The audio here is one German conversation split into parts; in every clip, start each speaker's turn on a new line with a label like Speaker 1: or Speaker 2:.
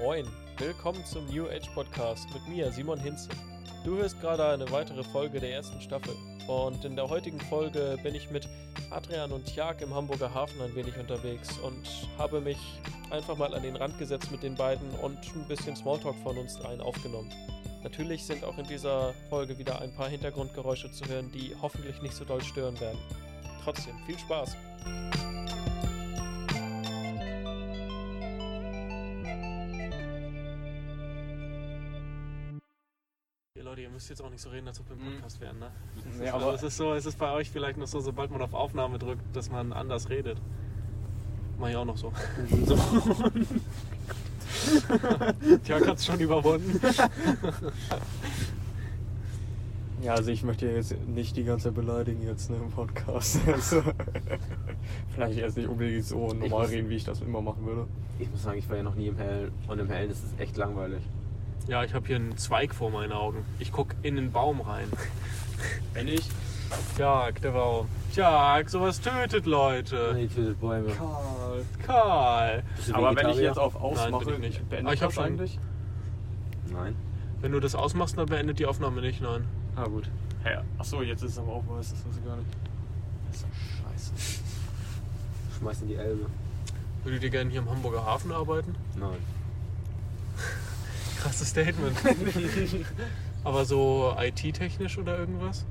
Speaker 1: Moin, willkommen zum New Age Podcast mit mir, Simon Hinze. Du hörst gerade eine weitere Folge der ersten Staffel und in der heutigen Folge bin ich mit Adrian und Jag im Hamburger Hafen ein wenig unterwegs und habe mich einfach mal an den Rand gesetzt mit den beiden und ein bisschen Smalltalk von uns dreien aufgenommen. Natürlich sind auch in dieser Folge wieder ein paar Hintergrundgeräusche zu hören, die hoffentlich nicht so doll stören werden. Trotzdem, viel Spaß! Ihr Leute, ihr müsst jetzt auch nicht so reden, als ob wir im Podcast wären, ne?
Speaker 2: Nee,
Speaker 1: Ja,
Speaker 2: aber
Speaker 1: aber es ist so, es ist bei euch vielleicht noch so, sobald man auf Aufnahme drückt, dass man anders redet. Mach ich auch noch so. so. Tja, hat's schon überwunden.
Speaker 2: ja, also ich möchte jetzt nicht die ganze Zeit beleidigen jetzt ne, im Podcast. Also, vielleicht erst nicht unbedingt so
Speaker 3: Ich
Speaker 2: normal
Speaker 3: muss-
Speaker 2: reden, wie ich das immer machen würde.
Speaker 3: Ich muss sagen, ich war ja noch nie im Hellen und im Hellen ist es echt langweilig.
Speaker 1: Ja, ich habe hier einen Zweig vor meinen Augen. Ich guck in den Baum rein.
Speaker 3: Wenn ich?
Speaker 1: Tja, der Baum. Tja, sowas tötet Leute.
Speaker 3: Nee, ich tötet Bäume.
Speaker 2: Karl.
Speaker 1: Karl.
Speaker 3: Bist du
Speaker 2: Aber wenn ich
Speaker 3: Vegetarier?
Speaker 2: jetzt auf
Speaker 1: Nein, bin
Speaker 2: Ausmache,
Speaker 1: ich nicht. Ah,
Speaker 2: beende
Speaker 1: ich
Speaker 2: ich
Speaker 1: hab
Speaker 2: das
Speaker 1: schon-
Speaker 2: eigentlich?
Speaker 3: Nein.
Speaker 1: Wenn du das ausmachst, dann beendet die Aufnahme nicht, nein.
Speaker 2: Ah, gut. Ja. Achso, jetzt ist es aber auch weiß, das weiß ich gar nicht. Das ist doch scheiße.
Speaker 3: Schmeiß in die Elbe.
Speaker 1: Würdet ihr gerne hier im Hamburger Hafen arbeiten?
Speaker 3: Nein.
Speaker 1: Krasses Statement. Aber so IT-technisch oder irgendwas?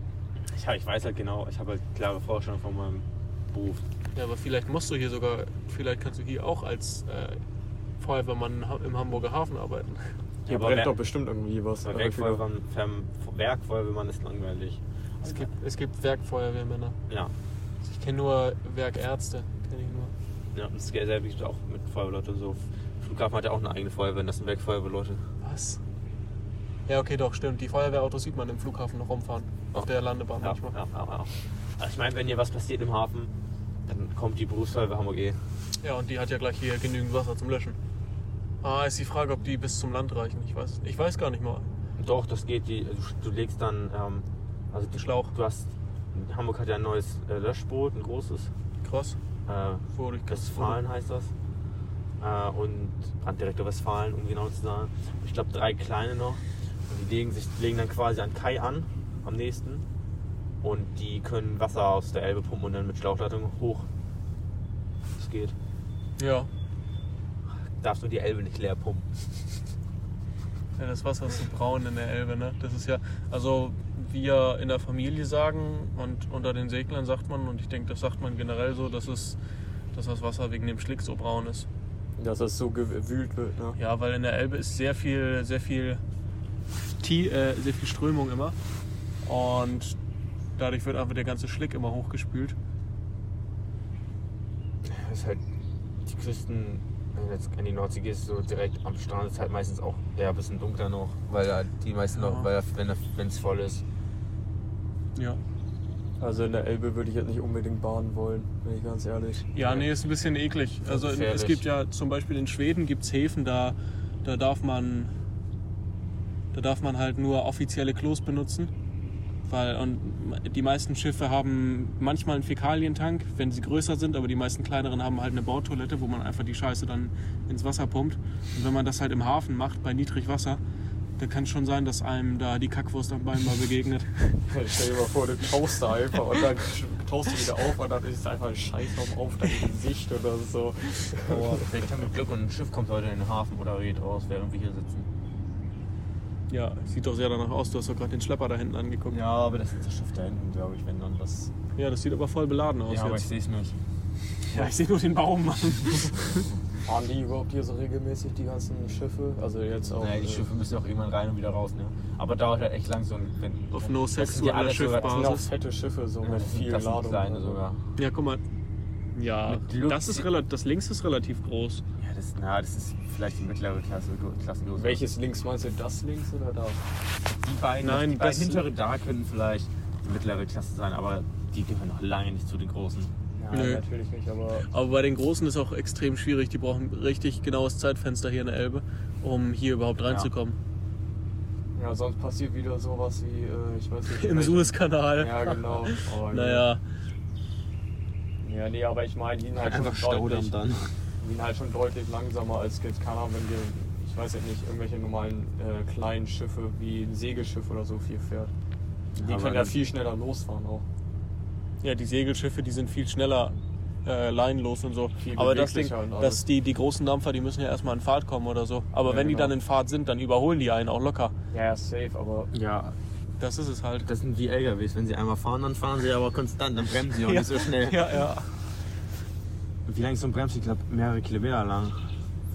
Speaker 3: Ich, hab- ich weiß halt genau, ich habe halt klare Vorstellungen von meinem Beruf.
Speaker 1: Ja, aber vielleicht musst du hier sogar, vielleicht kannst du hier auch als äh, Feuerwehrmann ha- im Hamburger Hafen arbeiten.
Speaker 2: Hier
Speaker 3: aber
Speaker 2: brennt
Speaker 3: wer-
Speaker 2: doch bestimmt irgendwie was.
Speaker 3: Bei
Speaker 2: äh,
Speaker 3: Werkfeuerwehrmann, Fem- Werkfeuerwehrmann ist langweilig.
Speaker 1: Es gibt, es gibt Werkfeuerwehrmänner.
Speaker 3: Ja.
Speaker 1: Ich kenne nur Werkärzte, kenne ich nur.
Speaker 3: ja. Und es selber gibt auch mit Feuerwehrleute so. Flughafen hat ja auch eine eigene Feuerwehr, und das sind Werkfeuerwehrleute.
Speaker 1: Was? Ja, okay, doch, stimmt. Die Feuerwehrautos sieht man im Flughafen noch rumfahren. Auf der Landebahn
Speaker 3: Ja, ja,
Speaker 1: manchmal.
Speaker 3: ja, ja. Also ich meine, wenn hier was passiert im Hafen, dann kommt die Berufsfeuerwehr Hamburg eh.
Speaker 1: Ja, und die hat ja gleich hier genügend Wasser zum Löschen. Ah, ist die Frage, ob die bis zum Land reichen. Ich weiß, ich weiß gar nicht mal.
Speaker 3: Doch, das geht. Die, du, du legst dann, ähm, also
Speaker 1: Den Schlauch.
Speaker 3: Du hast, Hamburg hat ja ein neues äh, Löschboot, ein großes.
Speaker 1: Krass.
Speaker 3: Äh,
Speaker 1: Wurde ich
Speaker 3: Westfalen heißt das. Äh, und an direkt Westfalen, um genau zu sein. Ich glaube drei kleine noch. Und die legen sich legen dann quasi an Kai an, am nächsten. Und die können Wasser aus der Elbe pumpen und dann mit Schlauchleitung hoch. Das geht.
Speaker 1: Ja.
Speaker 3: Darfst du die Elbe nicht leer pumpen.
Speaker 1: Ja, das Wasser ist so braun in der Elbe, ne? Das ist ja, also wir in der Familie sagen und unter den Seglern sagt man, und ich denke, das sagt man generell so, dass es, dass das Wasser wegen dem Schlick so braun ist.
Speaker 2: Dass das so gewühlt wird, ne?
Speaker 1: Ja, weil in der Elbe ist sehr viel, sehr viel, Tie- äh, sehr viel Strömung immer. Und dadurch wird einfach der ganze Schlick immer hochgespült.
Speaker 3: Das ist halt die Küsten, wenn du jetzt an die Nordsee gehst, so direkt am Strand ist halt meistens auch eher ein bisschen dunkler noch, weil da die meisten
Speaker 1: Ja.
Speaker 3: noch, weil da- wenn da- wenn es voll ist.
Speaker 1: Ja.
Speaker 2: Also in der Elbe würde ich jetzt nicht unbedingt baden wollen, bin ich ganz ehrlich.
Speaker 1: Ja, nee, ist ein bisschen eklig. Also in, es
Speaker 3: Gefährlich.
Speaker 1: gibt ja zum Beispiel in Schweden gibt's Häfen, da, da darf man da darf man halt nur offizielle Klos benutzen. Weil und die meisten Schiffe haben manchmal einen Fäkalientank, wenn sie größer sind, aber die meisten kleineren haben halt eine Bordtoilette, wo man einfach die Scheiße dann ins Wasser pumpt. Und wenn man das halt im Hafen macht, bei Niedrigwasser, dann kann es schon sein, dass einem da die Kackwurst am Bein mal begegnet.
Speaker 2: Ich stell dir mal vor, du tauchst da einfach und dann sch- tauchst du wieder auf und dann ist einfach ein Scheißhaufen auf dein Gesicht oder so.
Speaker 3: Vielleicht haben wir Glück und ein Schiff kommt heute in den Hafen oder geht raus, während wir hier sitzen.
Speaker 1: Ja, sieht doch sehr danach aus. Du hast doch gerade den Schlepper da hinten angeguckt. Ja,
Speaker 3: aber das ist das Schiff da hinten, glaube ich, wenn dann das.
Speaker 1: das sieht aber voll beladen aus
Speaker 3: Ja, aber
Speaker 1: jetzt.
Speaker 3: ich sehe es nicht.
Speaker 1: Ja, ich sehe nur den Baum, Mann.
Speaker 2: Fahren die überhaupt hier so regelmäßig die ganzen Schiffe? Also jetzt auch.
Speaker 3: Naja,
Speaker 2: äh,
Speaker 3: die Schiffe müssen auch irgendwann rein und wieder raus, ne? Aber dauert halt echt lang so ein. Wenn,
Speaker 1: Auf no sex
Speaker 3: Das sind ja
Speaker 1: dualer
Speaker 3: alles so-
Speaker 2: das sind auch
Speaker 1: Schiffbasis.
Speaker 2: genau, fette Schiffe, so mit
Speaker 3: das
Speaker 2: viel
Speaker 3: sind
Speaker 2: Ladung.
Speaker 3: kleine sogar.
Speaker 1: Ja, guck mal. Ja,
Speaker 3: Mit Lux-
Speaker 1: das, ist rela- das links ist relativ groß.
Speaker 3: Ja, das, na, das ist vielleicht die mittlere Klasse, Klassengröße.
Speaker 2: Welches links meinst du? Das links oder da?
Speaker 3: Die beiden,
Speaker 1: Nein,
Speaker 3: die beiden
Speaker 1: das-
Speaker 3: hintere da können vielleicht die mittlere Klasse sein, aber die gehören noch lange nicht zu den großen.
Speaker 2: Ja,
Speaker 1: Nö.
Speaker 2: natürlich nicht, aber.
Speaker 1: Aber bei den Großen ist auch extrem schwierig. Die brauchen richtig genaues Zeitfenster hier in der Elbe, um hier überhaupt reinzukommen.
Speaker 2: Ja, sonst passiert wieder sowas wie, äh, ich weiß nicht.
Speaker 1: Im
Speaker 2: vielleicht-
Speaker 1: Suezkanal.
Speaker 2: Ja, genau. Oh, nee.
Speaker 1: Naja,
Speaker 2: Ja, nee, aber ich meine, die sind halt schon deutlich,
Speaker 3: dann.
Speaker 2: die sind halt schon deutlich langsamer als jetzt, keine Ahnung, wenn wir ich weiß ja nicht, irgendwelche normalen äh, kleinen Schiffe wie ein Segelschiff oder so viel fährt. Die
Speaker 3: Aber
Speaker 2: können ja
Speaker 3: dann-
Speaker 2: viel schneller losfahren auch.
Speaker 1: Ja, die Segelschiffe, die sind viel schneller äh, leinenlos und so.
Speaker 2: Viel
Speaker 1: Aber das Ding,
Speaker 2: beweglicher und alles.
Speaker 1: dass die, die großen Dampfer, die müssen ja erstmal in Fahrt kommen oder so. Aber
Speaker 2: Ja,
Speaker 1: wenn die
Speaker 2: genau.
Speaker 1: dann in Fahrt sind, dann überholen die einen auch locker.
Speaker 2: Ja, ja, safe, aber
Speaker 3: Ja,
Speaker 1: Das ist es halt.
Speaker 3: das sind wie LKWs. Wenn sie einmal fahren, dann fahren sie aber konstant, dann bremsen sie auch nicht so schnell.
Speaker 1: Ja, ja.
Speaker 3: Wie lange ist so ein Bremsen? Ich glaube, mehrere Kilometer lang.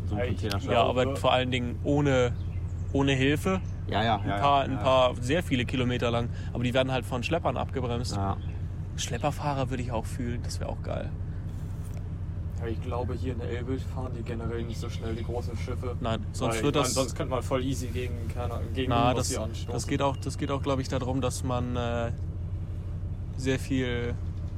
Speaker 3: So
Speaker 2: Ja,
Speaker 3: ein
Speaker 2: ich-
Speaker 3: Containerschiff.
Speaker 1: Ja, aber vor allen Dingen ohne, ohne Hilfe.
Speaker 3: ja, ja. ja,
Speaker 1: Ein paar,
Speaker 3: ja,
Speaker 1: ein paar, sehr viele Kilometer lang. Aber die werden halt von Schleppern abgebremst.
Speaker 3: Ja.
Speaker 1: Schlepperfahrer würde ich auch fühlen, das wäre auch geil.
Speaker 2: Ja, ich glaube, hier in der Elbe fahren die generell nicht so schnell, die großen Schiffe.
Speaker 1: Nein,
Speaker 2: Weil
Speaker 1: sonst
Speaker 2: ich
Speaker 1: wird
Speaker 2: meine,
Speaker 1: das.
Speaker 2: sonst könnte man voll easy gegen, keine Ahnung, gegen
Speaker 1: na,
Speaker 2: irgendwas
Speaker 1: das,
Speaker 2: hier anstoßen.
Speaker 1: das geht auch, das geht auch glaube ich, darum, dass man äh, sehr viel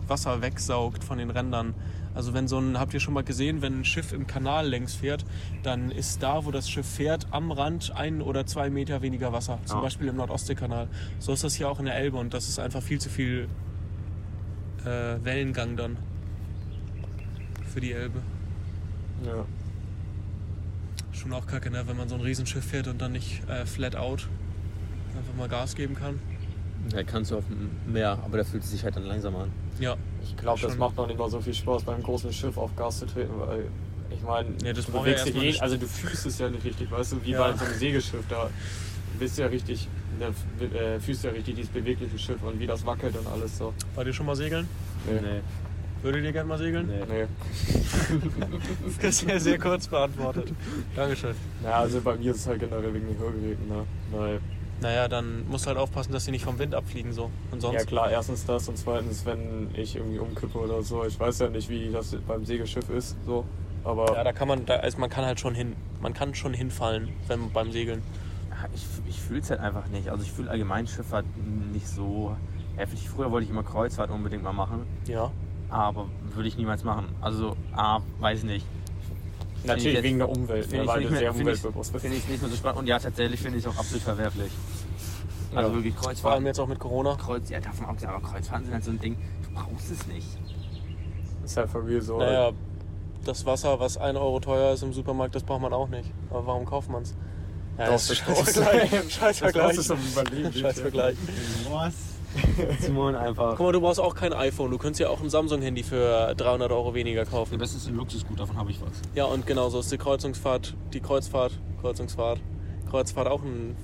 Speaker 1: Wasser wegsaugt von den Rändern. Also wenn so ein, habt ihr schon mal gesehen, wenn ein Schiff im Kanal längs fährt, dann ist da, wo das Schiff fährt, am Rand ein oder zwei Meter weniger Wasser. Zum
Speaker 3: Ja.
Speaker 1: Beispiel im Nordostseekanal. So ist das hier auch in der Elbe und das ist einfach viel zu viel äh, Wellengang dann für die Elbe.
Speaker 2: Ja.
Speaker 1: Schon auch kacke, ne? wenn man so ein Riesenschiff fährt und dann nicht äh, flat out einfach mal Gas geben kann.
Speaker 3: Ja, kannst du auf dem Meer, aber da fühlt es sich halt dann langsamer an.
Speaker 1: Ja,
Speaker 2: Ich glaube, das
Speaker 1: Schon.
Speaker 2: macht noch nicht mal so viel Spaß, beim großen Schiff auf Gas zu treten, weil ich meine,
Speaker 1: Ja, das
Speaker 2: du
Speaker 1: braucht ja
Speaker 2: bewegst dich
Speaker 1: erstmal
Speaker 2: eh-
Speaker 1: eine-
Speaker 2: also du fühlst es ja nicht richtig, weißt du, wie
Speaker 1: Ja.
Speaker 2: bei so einem Segelschiff, da bist du ja richtig, da f- äh, fühlst du ja richtig dieses bewegliche Schiff und wie das wackelt und alles so.
Speaker 1: Wollt ihr schon mal segeln? Würdet ihr gerne mal segeln?
Speaker 3: nee.
Speaker 2: Nee.
Speaker 1: Das ist ja sehr kurz beantwortet. Dankeschön.
Speaker 2: Naja, also bei mir ist es halt generell wegen den Hörgeräten, ne? Weil,
Speaker 1: Naja, dann musst du halt aufpassen, dass sie nicht vom Wind abfliegen so. Und sonst.
Speaker 2: ja klar, erstens das und zweitens, wenn ich irgendwie umkippe oder so, ich weiß ja nicht, wie das beim Segelschiff ist, so, aber...
Speaker 1: Ja, da kann man, da ist, man kann halt schon hin. Man kann schon hinfallen wenn, beim Segeln.
Speaker 3: Ich, ich fühle es halt einfach nicht. Also ich fühle allgemein Schifffahrt nicht so heftig. Früher wollte ich immer Kreuzfahrt unbedingt mal machen,
Speaker 1: Ja.
Speaker 3: aber würde ich niemals machen. Also, A, weiß nicht.
Speaker 2: Natürlich
Speaker 3: jetzt-
Speaker 2: wegen der Umwelt,
Speaker 3: Finde
Speaker 2: ne,
Speaker 3: ich,
Speaker 2: weil
Speaker 3: nicht
Speaker 2: du
Speaker 3: mehr-
Speaker 2: sehr
Speaker 3: finde ich,
Speaker 2: umweltbewusst bist.
Speaker 3: finde ich nicht mehr so spannend. Und ja, tatsächlich finde ich es auch absolut verwerflich. Also
Speaker 2: Ja.
Speaker 3: wirklich
Speaker 1: Vor allem
Speaker 3: Kreuzfahrten.
Speaker 1: jetzt auch mit Corona.
Speaker 3: Kreuz, ja, davon abgesehen, aber Kreuzfahrten sind halt so ein Ding, du brauchst es nicht.
Speaker 2: Ist halt for real so.
Speaker 1: Naja, das Wasser, was 1 Euro teuer ist im Supermarkt, das braucht man auch nicht. Aber warum kauft man es? Ja,
Speaker 2: Doch,
Speaker 1: das ist
Speaker 2: das brauchst du.
Speaker 1: Scheißvergleich.
Speaker 2: Das
Speaker 1: Scheißvergleich.
Speaker 2: brauchst du zum Überleben.
Speaker 1: Scheißvergleich.
Speaker 3: Was? Simon einfach.
Speaker 1: Guck mal, du brauchst auch kein iPhone. Du könntest ja auch ein Samsung-Handy für 300 Euro weniger kaufen.
Speaker 3: Das ist ein Luxusgut, davon habe ich was.
Speaker 1: Ja, und genau so ist die Kreuzungsfahrt, die Kreuzfahrt, Kreuzungsfahrt, Kreuzfahrt auch ein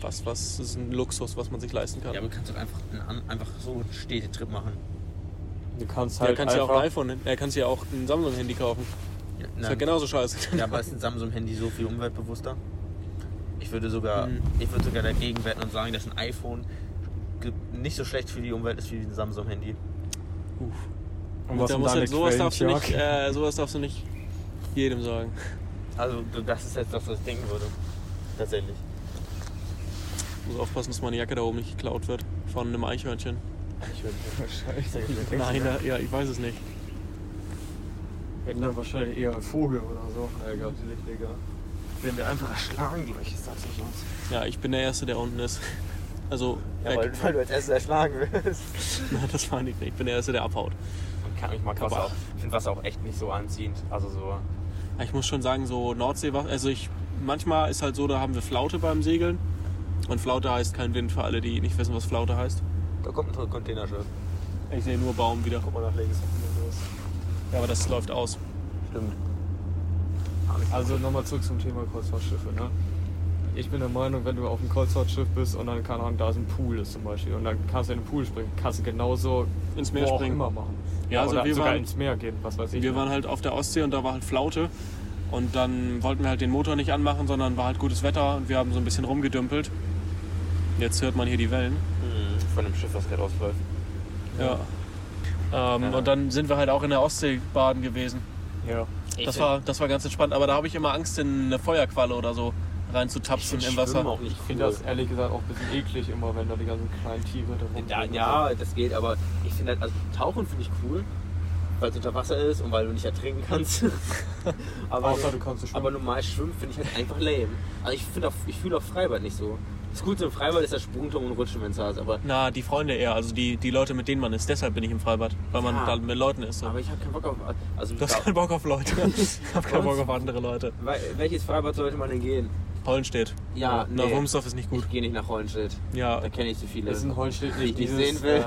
Speaker 1: was, was ist ein Luxus, was man sich leisten kann.
Speaker 3: Ja, aber du kannst doch einfach, einen an- einfach so einen Städtetrip machen.
Speaker 2: Du kannst
Speaker 1: Ja,
Speaker 2: halt
Speaker 1: kannst ja auch
Speaker 2: einfach,
Speaker 1: ein iPhone, er kannst ja auch ein Samsung-Handy kaufen.
Speaker 3: Ja,
Speaker 1: Ist genau ja genauso scheiße.
Speaker 3: Ja, aber ist ein Samsung-Handy so viel umweltbewusster? Ich würde sogar,
Speaker 1: Mhm.
Speaker 3: ich würde sogar dagegen wetten und sagen, dass ein iPhone ge- nicht so schlecht für die Umwelt ist wie ein Samsung-Handy.
Speaker 2: Und was
Speaker 1: da
Speaker 2: sind
Speaker 1: musst du
Speaker 2: deine
Speaker 1: halt, sowas, darfst du
Speaker 2: Quellen,
Speaker 1: nicht, äh, sowas darfst du nicht jedem sagen.
Speaker 3: Also d- das ist jetzt das, was ich denken würde. Tatsächlich.
Speaker 1: Muss aufpassen, dass meine Jacke da oben nicht geklaut wird von einem Eichhörnchen.
Speaker 3: Ich würde
Speaker 2: Scheiße.
Speaker 1: Nein, da- ja, ich weiß es nicht.
Speaker 2: Wenn dann wahrscheinlich eher ein Vogel oder so. Alter.
Speaker 3: Wenn wir einfach erschlagen gleich, ist das nicht uns.
Speaker 1: Ja, ich bin der Erste, der unten ist. Also,
Speaker 3: Ja,
Speaker 1: weg.
Speaker 3: weil, weil du halt als erstes erschlagen wirst.
Speaker 1: Nein, das war nicht. Ich bin der Erste, der abhaut.
Speaker 3: Kann ich mag
Speaker 1: Wasser
Speaker 3: Wasser
Speaker 1: auch-
Speaker 3: auch. Ich finde Wasser auch echt nicht so anziehend. Also so.
Speaker 1: Ja, Ich muss schon sagen, so Nordsee, also ich, manchmal ist halt so, da haben wir Flaute beim Segeln. Und Flaute heißt kein Wind für alle, die nicht wissen, was Flaute heißt.
Speaker 3: Da kommt ein Containerschiff.
Speaker 1: Ich sehe nur Baum wieder.
Speaker 3: Guck mal nach links.
Speaker 1: Ja, aber das läuft aus.
Speaker 3: Stimmt.
Speaker 2: Also nochmal zurück zum Thema Kreuzfahrtschiffe. Ne? Ich bin der Meinung, wenn du auf einem Kreuzfahrtschiff bist und dann, keine Ahnung, da ist ein Pool ist zum Beispiel und dann kannst du in den Pool springen, kannst du genauso
Speaker 1: Ins Meer
Speaker 2: wo auch
Speaker 1: springen.
Speaker 2: immer machen.
Speaker 1: Ja, also
Speaker 2: oder
Speaker 1: wir
Speaker 2: sogar
Speaker 1: waren-
Speaker 2: ins Meer gehen, was weiß ich.
Speaker 1: Wir waren halt auf der Ostsee und da war halt Flaute. Und dann wollten wir halt den Motor nicht anmachen, sondern war halt gutes Wetter und wir haben so ein bisschen rumgedümpelt. Jetzt hört man hier die Wellen.
Speaker 3: Von dem Schiff, was gerade ausläuft.
Speaker 1: Ja. Ähm,
Speaker 3: Ja.
Speaker 1: Und dann sind wir halt auch in der Ostsee baden gewesen.
Speaker 2: ja.
Speaker 1: Das war, das war ganz entspannt, aber da habe ich immer Angst, in eine Feuerqualle oder so reinzutapsen im Wasser.
Speaker 3: auch nicht
Speaker 2: Ich finde das ehrlich gesagt auch ein bisschen eklig immer, wenn da die ganzen kleinen Tiere da rum
Speaker 3: Ja, ja, das geht, aber ich finde halt, also Tauchen finde ich cool, weil es unter Wasser ist und weil du nicht ertrinken kannst. aber,
Speaker 2: Außer du kannst schwimmen.
Speaker 3: aber normal schwimmen finde ich halt einfach lame. Also ich, finde auch- ich fühle auch Freibad nicht so. Das Gute im Freibad ist das Sprungturm und Rutschen, wenn es heißt. Aber,
Speaker 1: Na, die Freunde eher, also die, die Leute, mit denen man ist. Deshalb bin ich im Freibad, weil man
Speaker 3: Ja.
Speaker 1: da mit Leuten ist. So.
Speaker 3: Ah. aber ich habe keinen Bock auf. Also,
Speaker 1: Du hast keinen Bock auf Leute. Ich hab keinen Bock auf andere Leute.
Speaker 3: Wel- welches Freibad sollte man denn gehen?
Speaker 1: Hollenstedt.
Speaker 3: Ja,
Speaker 1: Na,
Speaker 3: nee.
Speaker 1: Wumsdorf ist nicht gut.
Speaker 3: Ich gehe nicht nach Hollenstedt.
Speaker 1: Ja,
Speaker 3: Da kenne ich so
Speaker 1: Äh,
Speaker 3: viele.
Speaker 2: Ist in Holstedt
Speaker 3: die ich
Speaker 2: nicht
Speaker 3: nicht
Speaker 2: dieses,
Speaker 3: sehen will.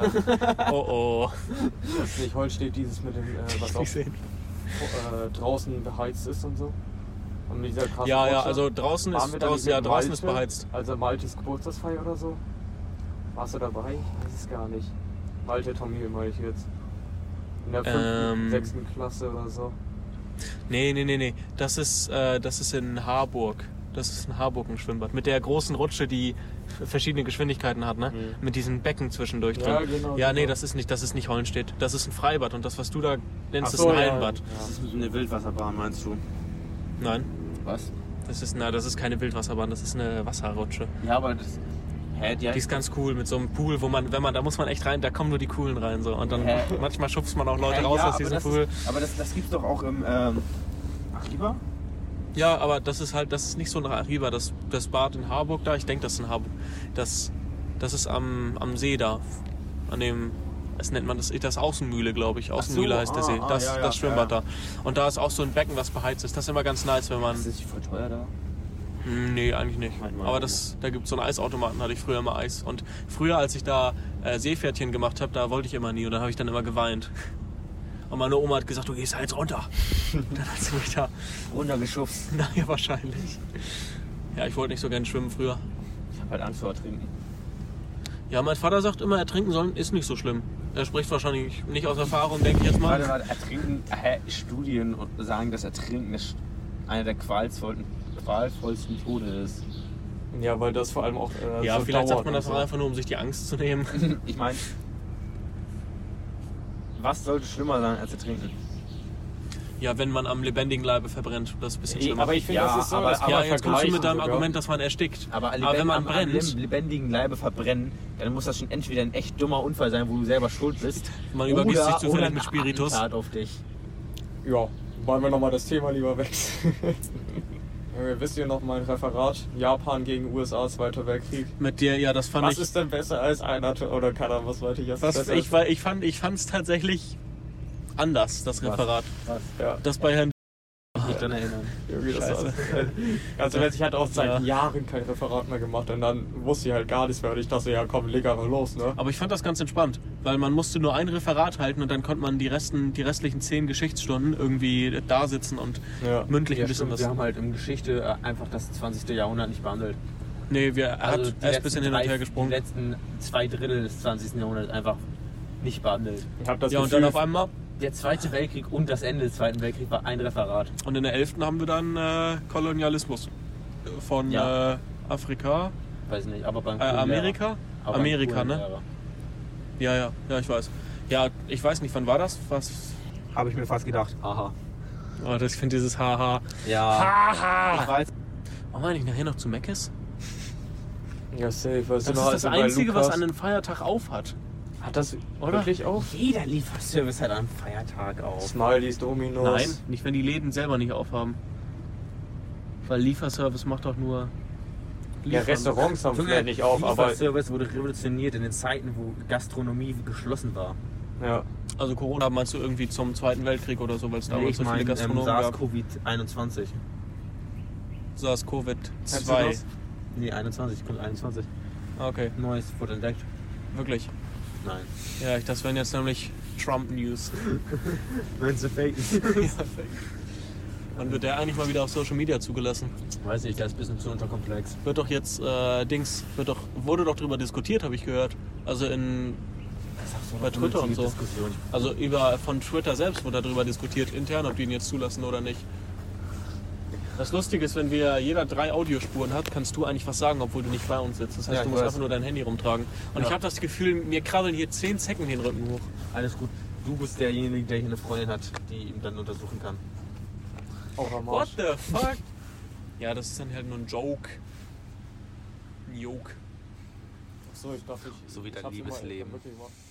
Speaker 2: Äh,
Speaker 1: oh oh.
Speaker 2: ist nicht Holstedt dieses mit dem, äh, was auch
Speaker 1: sehen.
Speaker 2: äh, draußen beheizt ist und so? Und mit dieser krassen
Speaker 1: Ja, ja,
Speaker 2: Rutsche?
Speaker 1: also draußen
Speaker 2: Waren
Speaker 1: ist,
Speaker 2: wir da nicht
Speaker 1: draußen,
Speaker 2: mit
Speaker 1: ja, draußen ist
Speaker 2: Malte?
Speaker 1: beheizt.
Speaker 2: Also Maltes Geburtstagsfeier oder so? Warst du dabei? Ich weiß es gar nicht. Malte Tommy meine ich jetzt. In der fünften,
Speaker 1: Ähm.
Speaker 2: sechsten Klasse oder so.
Speaker 1: Nee, nee, nee, nee. Das ist, äh, das ist in Harburg. Das ist in Harburg ein Schwimmbad. Mit der großen Rutsche, die verschiedene Geschwindigkeiten hat, ne? Mit diesen Becken zwischendurch drin.
Speaker 2: Mhm. Ja, genau,
Speaker 1: ja nee,
Speaker 2: genau.
Speaker 1: das ist nicht, das ist nicht Hollenstedt. Das ist ein Freibad und das, was du da nennst,
Speaker 2: Ach
Speaker 1: ist
Speaker 2: so,
Speaker 1: ein
Speaker 2: ja.
Speaker 1: Hallenbad.
Speaker 4: Das ist eine Wildwasserbahn, meinst du?
Speaker 1: Nein.
Speaker 3: Was?
Speaker 1: Das ist, na, das ist keine Wildwasserbahn, das ist eine Wasserrutsche.
Speaker 3: Ja, aber das. Hä, die
Speaker 1: Die ist ganz cool mit so einem Pool, wo man, wenn man, da muss man echt rein, da kommen nur die Coolen rein so. Und dann
Speaker 3: Hä?
Speaker 1: manchmal schubst man auch Leute
Speaker 4: Äh,
Speaker 1: raus
Speaker 4: ja,
Speaker 1: aus
Speaker 4: aber
Speaker 1: diesem
Speaker 4: das
Speaker 1: Pool.
Speaker 4: Ist, aber das, das gibt's doch auch im ähm, Arriba?
Speaker 1: Ja, aber das ist halt, das ist nicht so nach Arriba, das, das Bad in Harburg da, ich denke, das ist in Harburg. Das, das ist am, am See da, an dem, es nennt man das, das Außenmühle, glaube ich. Außenmühle heißt der
Speaker 4: ah,
Speaker 1: See,
Speaker 4: ah,
Speaker 1: das,
Speaker 4: ja, ja,
Speaker 1: das Schwimmbad
Speaker 4: ja, ja.
Speaker 1: da. Und da ist auch so ein Becken, was beheizt ist. Das ist immer ganz nice, wenn man,
Speaker 3: Das ist voll teuer da.
Speaker 1: Hm, Nee, eigentlich nicht.
Speaker 3: Meint man
Speaker 1: Aber
Speaker 3: auch
Speaker 1: das,
Speaker 4: ne?
Speaker 1: da gibt es so einen Eisautomaten, da hatte ich früher immer Eis. Und früher, als ich da äh, Seepferdchen gemacht habe, da wollte ich immer nie und da habe ich dann immer geweint. Und meine Oma hat gesagt, du gehst da jetzt runter. dann hat sie mich da,
Speaker 3: Runtergeschubst.
Speaker 1: naja, wahrscheinlich. Ja, ich wollte nicht so gerne schwimmen früher.
Speaker 3: Ich hab halt Angst vor Ertrinken.
Speaker 1: Ja, mein Vater sagt immer, ertrinken sollen ist nicht so schlimm. Er spricht wahrscheinlich nicht aus Erfahrung, denke ich jetzt mal.
Speaker 3: Warte, warte, Ertrinken. Hä, Studien sagen, dass Ertrinken das eine der qualvollsten, qualvollsten Tode ist.
Speaker 2: Ja, weil das vor allem auch. Äh,
Speaker 1: ja,
Speaker 2: so
Speaker 1: vielleicht sagt
Speaker 2: dauert
Speaker 1: man das
Speaker 2: und
Speaker 1: auch
Speaker 2: so.
Speaker 1: einfach nur, um sich die Angst zu nehmen.
Speaker 3: Ich meine. Was sollte schlimmer sein als Ertrinken?
Speaker 1: Ja, wenn man am lebendigen Leibe verbrennt, das ist ein bisschen
Speaker 2: Eh,
Speaker 1: schlimmer.
Speaker 2: Aber ich finde,
Speaker 3: Ja,
Speaker 2: das ist so.
Speaker 3: aber-
Speaker 2: das kann
Speaker 1: ja,
Speaker 2: man
Speaker 1: jetzt kommst du mit deinem
Speaker 2: vergleichen
Speaker 1: Argument, dass man erstickt.
Speaker 3: Aber,
Speaker 1: wenn man
Speaker 3: am- am
Speaker 1: brennt,
Speaker 3: lebendigen Leibe verbrennen, dann muss das schon entweder ein echt dummer Unfall sein, wo du selber schuld bist.
Speaker 1: Man übergießt
Speaker 3: oder-
Speaker 1: sich zufällig
Speaker 3: oder ein
Speaker 1: mit Spiritus.
Speaker 3: Attentat auf dich.
Speaker 2: sogar. Ja, wollen wir nochmal das Thema lieber wechseln. Äh, Wisst ihr noch mein Referat? Japan gegen USA, Zweiter Weltkrieg.
Speaker 1: mit dir, ja, das fand
Speaker 2: Was
Speaker 1: ich.
Speaker 2: ist denn besser als einer oder kann er was weiter jetzt?
Speaker 1: Was
Speaker 2: besser
Speaker 1: ich, weil ich fand ich fand's tatsächlich anders, das Referat.
Speaker 3: Was?
Speaker 2: Ja,
Speaker 1: Das bei Herrn
Speaker 3: Mich dran erinnern.
Speaker 2: irgendwie das
Speaker 1: Scheiße.
Speaker 2: Also wenn ich halt auch seit
Speaker 1: Ja.
Speaker 2: Jahren kein Referat mehr gemacht und dann wusste ich halt gar nichts mehr und ich dachte, ja komm, leg einfach los, ne?
Speaker 1: aber ich fand das ganz entspannt, weil man musste nur ein Referat halten und dann konnte man die, Resten, die restlichen zehn Geschichtsstunden irgendwie da sitzen und
Speaker 2: Ja.
Speaker 1: mündlich
Speaker 3: Ja,
Speaker 1: ein bisschen
Speaker 3: stimmt, wir
Speaker 1: was.
Speaker 3: haben halt in Geschichte äh, einfach das 20. Jahrhundert nicht behandelt.
Speaker 1: Nee, wir, er hat er
Speaker 3: Also die
Speaker 1: ist ein
Speaker 3: letzten
Speaker 1: bisschen hin und
Speaker 3: drei-
Speaker 1: her gesprungen.
Speaker 3: Die letzten zwei Drittel des 20. Jahrhunderts einfach nicht behandelt.
Speaker 2: Ich hab das
Speaker 1: Ja, und
Speaker 2: Gefühl,
Speaker 1: dann auf einmal.
Speaker 3: Der Zweite Weltkrieg und das Ende des Zweiten Weltkriegs war ein Referat.
Speaker 1: Und in der 11. haben wir dann äh, Kolonialismus von
Speaker 3: Ja.
Speaker 1: äh, Afrika,
Speaker 3: Weiß nicht, aber beim
Speaker 1: äh,
Speaker 3: coolen
Speaker 1: Amerika.
Speaker 3: Lehrer. Aber beim
Speaker 1: Amerika,
Speaker 3: coolen
Speaker 1: ne?
Speaker 3: Lehrer.
Speaker 1: Ja, ja, ja, ich weiß. Ja, ich weiß nicht, wann war das? Was?
Speaker 4: Habe ich mir fast gedacht.
Speaker 3: Aha.
Speaker 1: Oh, das, ich finde dieses Haha.
Speaker 3: Ja.
Speaker 4: Ich weiß.
Speaker 1: Wollen wir Oh, nicht nachher noch zu Meckes?
Speaker 3: Genau,
Speaker 2: Ja, safe. Weißt du
Speaker 1: Das
Speaker 2: noch,
Speaker 1: ist
Speaker 2: als
Speaker 3: also
Speaker 1: das
Speaker 2: wir bei
Speaker 1: Einzige,
Speaker 2: Lukas-
Speaker 1: was an einem Feiertag auf hat.
Speaker 2: Hat das
Speaker 1: Oder?
Speaker 2: wirklich auf?
Speaker 3: Jeder Lieferservice hat am Feiertag auf.
Speaker 2: Smileys, Dominos.
Speaker 1: Nein, nicht wenn die Läden selber nicht aufhaben. Weil Lieferservice macht doch nur.
Speaker 2: Ja,
Speaker 1: Liefern.
Speaker 2: Restaurants haben
Speaker 3: Junge,
Speaker 2: vielleicht nicht auf, aber...
Speaker 3: Lieferservice wurde revolutioniert in den Zeiten, wo Gastronomie geschlossen war.
Speaker 2: Ja.
Speaker 1: Also Corona meinst du irgendwie zum Zweiten Weltkrieg oder so, weil es damals
Speaker 3: Nee, ich
Speaker 1: so viele
Speaker 3: meine ähm,
Speaker 1: Gastronomen gab.
Speaker 3: SARS-CoV-21.
Speaker 2: Kennst du
Speaker 1: SARS-CoV-2.
Speaker 2: das?
Speaker 3: Nee, 21, kommt 21.
Speaker 1: Ah, Okay,
Speaker 3: Neues wurde entdeckt.
Speaker 1: wirklich.
Speaker 3: Nein.
Speaker 1: Ja, ich- das wären jetzt nämlich Trump-News.
Speaker 3: Meinst du Fake?
Speaker 1: Wann wird der eigentlich mal wieder auf Social Media zugelassen?
Speaker 3: Weiß nicht, das ist ein bisschen zu unterkomplex.
Speaker 1: Wird doch jetzt, äh, Dings, wird doch, wurde doch drüber diskutiert, habe ich gehört. Also in
Speaker 3: Das ist auch so
Speaker 1: Bei Twitter und so.
Speaker 3: Diskussion.
Speaker 1: Also über von Twitter selbst wurde darüber diskutiert, intern, ob die ihn jetzt zulassen oder nicht. Das Lustige ist, wenn wir jeder drei Audiospuren hat, kannst du eigentlich was sagen, obwohl du nicht bei uns sitzt. Das heißt,
Speaker 3: Ja,
Speaker 1: du
Speaker 3: ich
Speaker 1: musst
Speaker 3: weiß.
Speaker 1: einfach nur dein Handy rumtragen. Und
Speaker 3: Ja.
Speaker 1: ich habe das Gefühl, mir krabbeln hier zehn Zecken den Rücken hoch.
Speaker 3: Alles gut. Du bist derjenige, der hier eine Freundin hat, die ihn dann untersuchen kann.
Speaker 2: Auch am
Speaker 1: What
Speaker 2: Arsch.
Speaker 1: the fuck? ja, das ist dann halt nur ein Joke. Ein Joke.
Speaker 2: Achso, ich dachte, ich...
Speaker 3: So wie dein
Speaker 2: ich hab's immer-
Speaker 3: Liebesleben.
Speaker 2: ich hab wirklich gemacht.